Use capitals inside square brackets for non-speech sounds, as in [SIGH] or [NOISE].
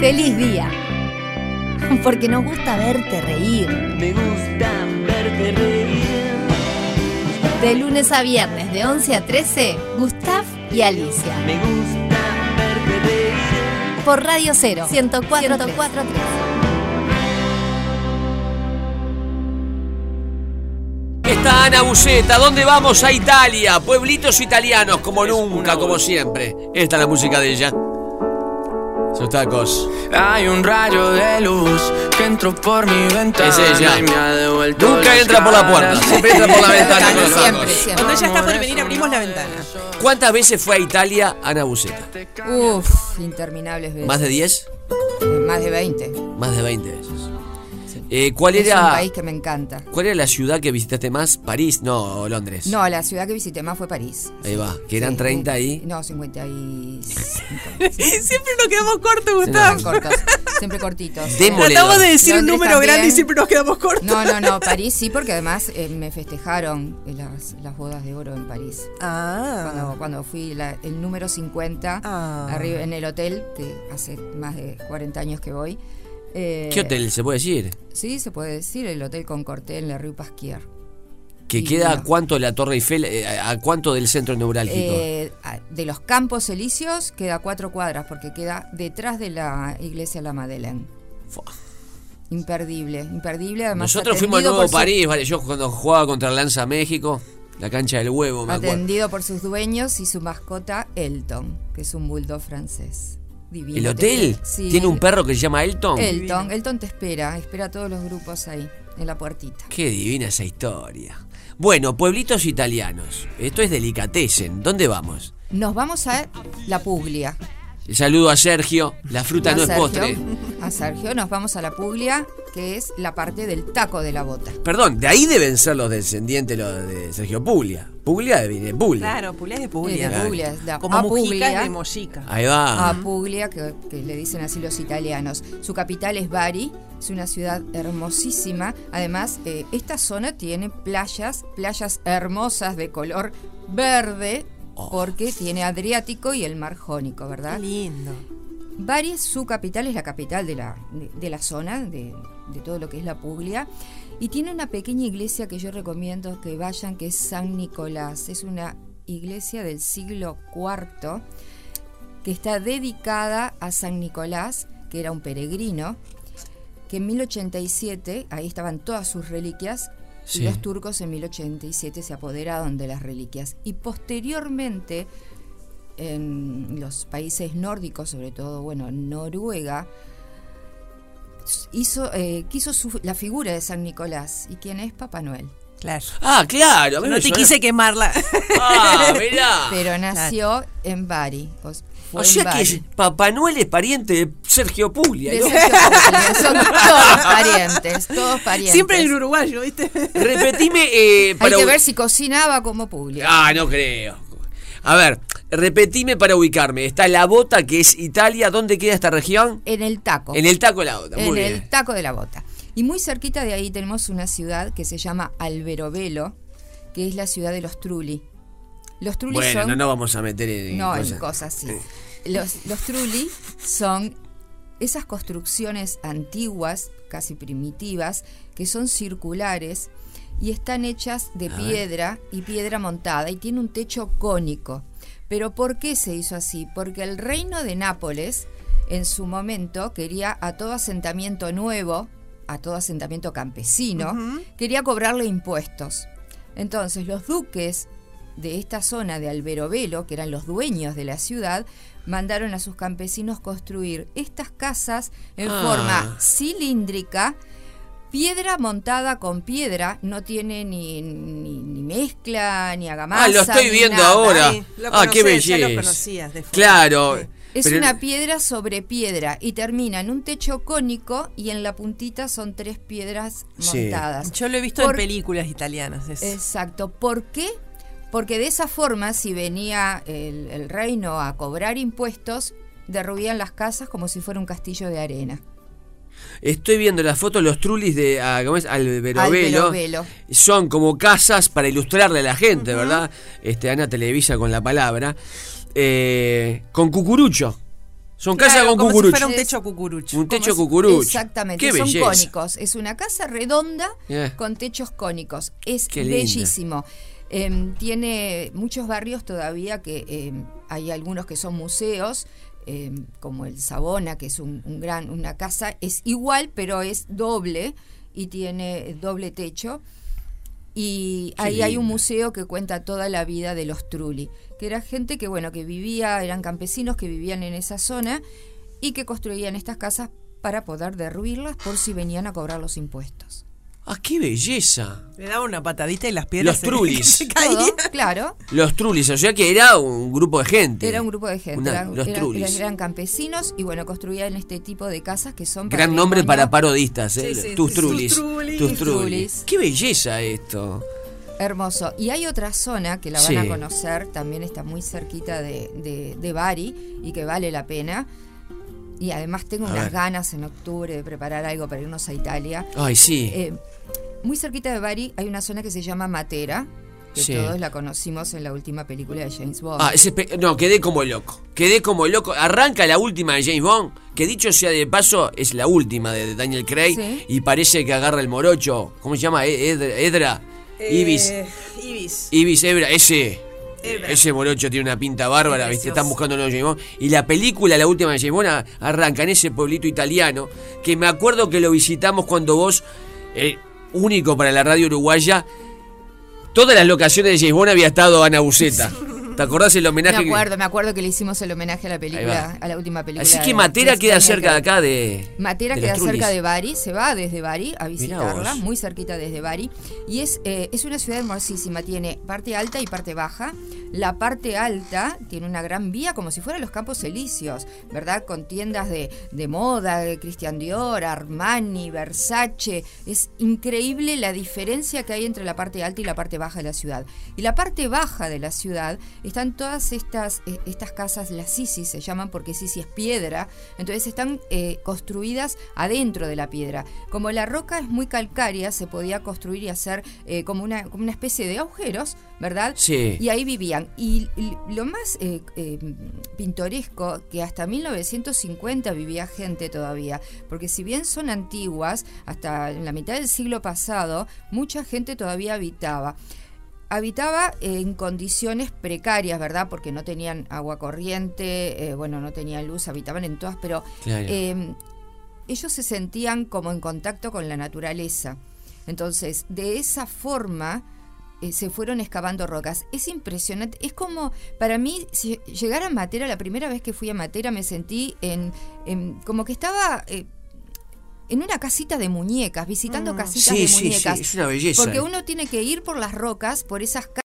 Feliz día. Porque nos gusta verte reír. Me gusta verte reír. De lunes a viernes, de 11 a 13, Gustav y Alicia. Me gusta verte reír. Por Radio Cero, 104, 104 Está Ana Buceta, ¿dónde vamos? A Italia, pueblitos italianos, como nunca, como siempre. Esta es la música de ella. Sus tacos. Hay un rayo de luz que entró por mi ventana Es ella. y me ha devuelto Nunca las entra por la puerta, caras. siempre entra [LAUGHS] por la ventana. Claro, con los siempre, tacos. siempre. Cuando ella está por venir, abrimos la ventana. ¿Cuántas veces fue a Italia Ana Buceta? Uf, interminables veces. ¿Más de 10? Más de 20. Más de 20 veces. Eh, ¿Cuál Es un era país que me encanta. cuál era la ciudad que visitaste más? ¿París? No, Londres. No, la ciudad que visité más fue París. Ahí va, que eran Sí, 30 sí. ahí. [LAUGHS] No, 55. Siempre nos quedamos cortos, Gustavo. Eran cortos, siempre cortitos. Demo- Tratamos de decir un Londres número también. grande y siempre nos quedamos cortos. No, no, [LAUGHS] no, París sí, porque además eh, me festejaron las, las bodas de oro en París. Ah. Cuando, cuando fui la- el número 50 Ah. arriba en el hotel, que hace más de 40 años que voy. eh, ¿Qué hotel se puede decir? Sí, se puede decir, el Hotel Concorté en la Rue Pasquier. ¿Que Y queda a no. cuánto de la Torre Eiffel? eh, ¿A a cuánto del centro neurálgico? Eh, a- de los Campos Elíseos queda a cuatro cuadras porque queda detrás de la iglesia La Madeleine. Fua. Imperdible, imperdible. Además, Nosotros fuimos al atendido Nuevo por su- París, vale, yo cuando jugaba contra Lanza México, la cancha del huevo, me acuerdo. atendido por sus dueños y su mascota Elton, que es un bulldog francés. Divino. ¿El Te- hotel? Sí, ¿Tiene un perro que se llama Elton? Elton, Elton te espera, espera a todos los grupos ahí, en la puertita. Qué divina esa historia. Bueno, pueblitos italianos. Esto es delicatessen. ¿Dónde vamos? Nos vamos a La Puglia. El saludo a Sergio. La fruta a no es Sergio, postre. A Sergio nos vamos a La Puglia, que es la parte del taco de la bota. Perdón, de ahí deben ser los descendientes los de Sergio Puglia. Puglia viene Puglia. Claro, Puglia es de Puglia. Es de Puglia, es de- Como a Mujica Puglia. es de Mojica. Ahí va. a Puglia, que, que le dicen así los italianos. Su capital es Bari, es una ciudad hermosísima. Además, eh, esta zona tiene playas, playas hermosas de color verde, porque tiene Adriático y el Mar Jónico, Qué ¿verdad? lindo. Bari, su capital, es la capital de la, de, de la zona, de, de todo lo que es la Puglia. Y tiene una pequeña iglesia que yo recomiendo que vayan, que es San Nicolás. Es una iglesia del siglo IV que está dedicada a San Nicolás, que era un peregrino, que en 1087, ahí estaban todas sus reliquias, Sí. y los turcos en 1087 se apoderaron de las reliquias. Y posteriormente, en los países nórdicos, sobre todo, bueno, Noruega, hizo, eh, quiso su- la figura de San Nicolás. ¿Y quién es? Papá Noel. Claro. Ah, claro. a mí No me te sonó- quise quemarla. Ah, mirá. [LAUGHS] Pero nació en Bari. o s- fue o en sea Bari. que Papá Noel es pariente de Sergio Puglia. De ¿no? Sergio Puglia, Son todos parientes, todos parientes. Siempre el uruguayo, ¿viste? Repetime eh, Hay para que u- ver si cocinaba como Publio. Ah, no creo. A ver, repetime para ubicarme. Está la bota que es Italia. ¿Dónde queda esta región? En el taco. En el taco de la bota. En Muy el bien. taco de la bota. Y muy cerquita de ahí tenemos una ciudad que se llama Alberobelo, que es la ciudad de los Trulli. Los Trulli Bueno, son. no nos vamos a meter en, No, en cosas. cosas sí. Los, los trulli son esas construcciones antiguas, casi primitivas, que son circulares y están hechas de piedra y piedra montada y tiene un techo cónico. Pero ¿por qué se hizo así? Porque el reino de Nápoles en su momento quería a todo asentamiento nuevo, a todo asentamiento campesino, quería cobrarle impuestos. Entonces los duques de esta zona de Alberobelo, que eran los dueños de la ciudad, mandaron a sus campesinos construir estas casas en Ah. forma cilíndrica, piedra montada con piedra, no tiene ni, ni- ni mezcla, ni agamasa. Ah, lo estoy ni viendo nada. [LAUGHS] ahora. Sí, lo ah, qué conocés, ya lo belleza. conocías de fondo. claro. Sí. Es Pero- una piedra sobre piedra y termina en un techo cónico y en la puntita son tres piedras Sí. montadas. Yo lo he visto Por- en películas italianas. es- Exacto. ¿Por qué? Porque de esa forma, si venía el, el reino a cobrar impuestos, derruían las casas como si fuera un castillo de arena. Estoy viendo las fotos, los trulis de ah, ¿cómo es? Alberobelo. Alberobello. Son como casas para ilustrarle a la gente, ¿verdad? Este, Ana televisa con la palabra. Eh, con cucurucho. Son Claro, casas con como si cucurucho. fuera un techo cucurucho. Un techo Como cucurucho. Exactamente, Qué son belleza. cónicos. Es una casa redonda Yeah. con techos cónicos. Es Qué linda. bellísimo. Em, tiene muchos barrios todavía que em, hay algunos que son museos, em, como el Sabona, que es un, un gran, una casa, es igual, pero es doble y tiene doble techo. Y Qué ahí hay un lindo. museo que cuenta toda la vida de los Trulli, que era gente que, bueno, que vivía, eran campesinos que vivían en esa zona y que construían estas casas para poder derruirlas por si venían a cobrar [LAUGHS] los impuestos. Ah, qué belleza. Le daba una patadita y las piedras Los se- [LAUGHS] trulis. se caían. Todo, claro, Los trulis, o sea que era un grupo de gente. era un grupo de gente, Una- eran, los eran- trulis. eran campesinos y bueno, construían este tipo de casas que son Gran nombre para patrimonio parodistas, ¿eh? Sí, sí, tus sí. trulis. Tus trulis. Tus Tus trulis. trulis. Qué belleza esto. Hermoso. Y hay otra zona que la van Sí. a conocer, también está muy cerquita de, de, de Bari y que vale la pena. Y además tengo A unas ver. ganas en octubre de preparar algo para irnos a Italia. Ay, sí. Eh, muy cerquita de Bari hay una zona que se llama Matera, que Sí. todos la conocimos en la última película de James Bond. Ah, ese pe- no, quedé como loco. Quedé como loco. Arranca la última de James Bond, que dicho sea de paso, es la última de Daniel Craig. Sí. Y parece que agarra el morocho. ¿Cómo se llama? E- Edra. Edra. Ibis. Eh, Ibis. Ibis Ebra, ese. Ebra. Ese morocho tiene una pinta bárbara, Es ¿viste? precioso. Están buscando los James Bond. Y la película, la última de James Bond, a- arranca en ese pueblito italiano, que me acuerdo que lo visitamos cuando vos, eh, único para la radio uruguaya, todas las locaciones de James Bond había estado Ana Buceta. ¿Te acordás el homenaje? me que- acuerdo, me acuerdo que le hicimos el homenaje a la película, a la última película. Así que de- Matera de queda Daniel cerca de Craig. acá de... Matera de los queda Trulis. cerca de Bari, se va desde Bari a visitarla, vos. muy cerquita desde Bari. Y es, eh, es una ciudad hermosísima, tiene parte alta y parte baja. La parte alta tiene una gran vía como si fueran los Campos Elíseos, ¿verdad? Con tiendas de, de moda, de Christian Dior, Armani, Versace. Es increíble la diferencia que hay entre la parte alta y la parte baja de la ciudad. Y la parte baja de la ciudad están todas estas, eh, estas casas, las sisis se llaman porque sisi es piedra, entonces están eh, construidas adentro de la piedra. Como la roca es muy calcárea, se podía construir y hacer eh, como, una, como una especie de agujeros, ¿verdad? Sí. Y ahí vivían. Y l- lo más eh, eh, pintoresco, que hasta 1950 vivía gente todavía, porque si bien son antiguas, hasta en la mitad del siglo pasado, mucha gente todavía habitaba habitaba en condiciones precarias, ¿verdad? Porque no tenían agua corriente, eh, bueno, no tenían luz, habitaban en todas, pero Claro. eh, ellos se sentían como en contacto con la naturaleza. Entonces, de esa forma eh, se fueron excavando rocas. Es impresionante, es como, para mí, si llegar a Matera, la primera vez que fui a Matera me sentí en, en- como que estaba... eh, en una casita de muñecas, visitando casitas Mm. Sí, de sí, sí, muñecas. es una belleza. Porque uno tiene que ir por las rocas, por esas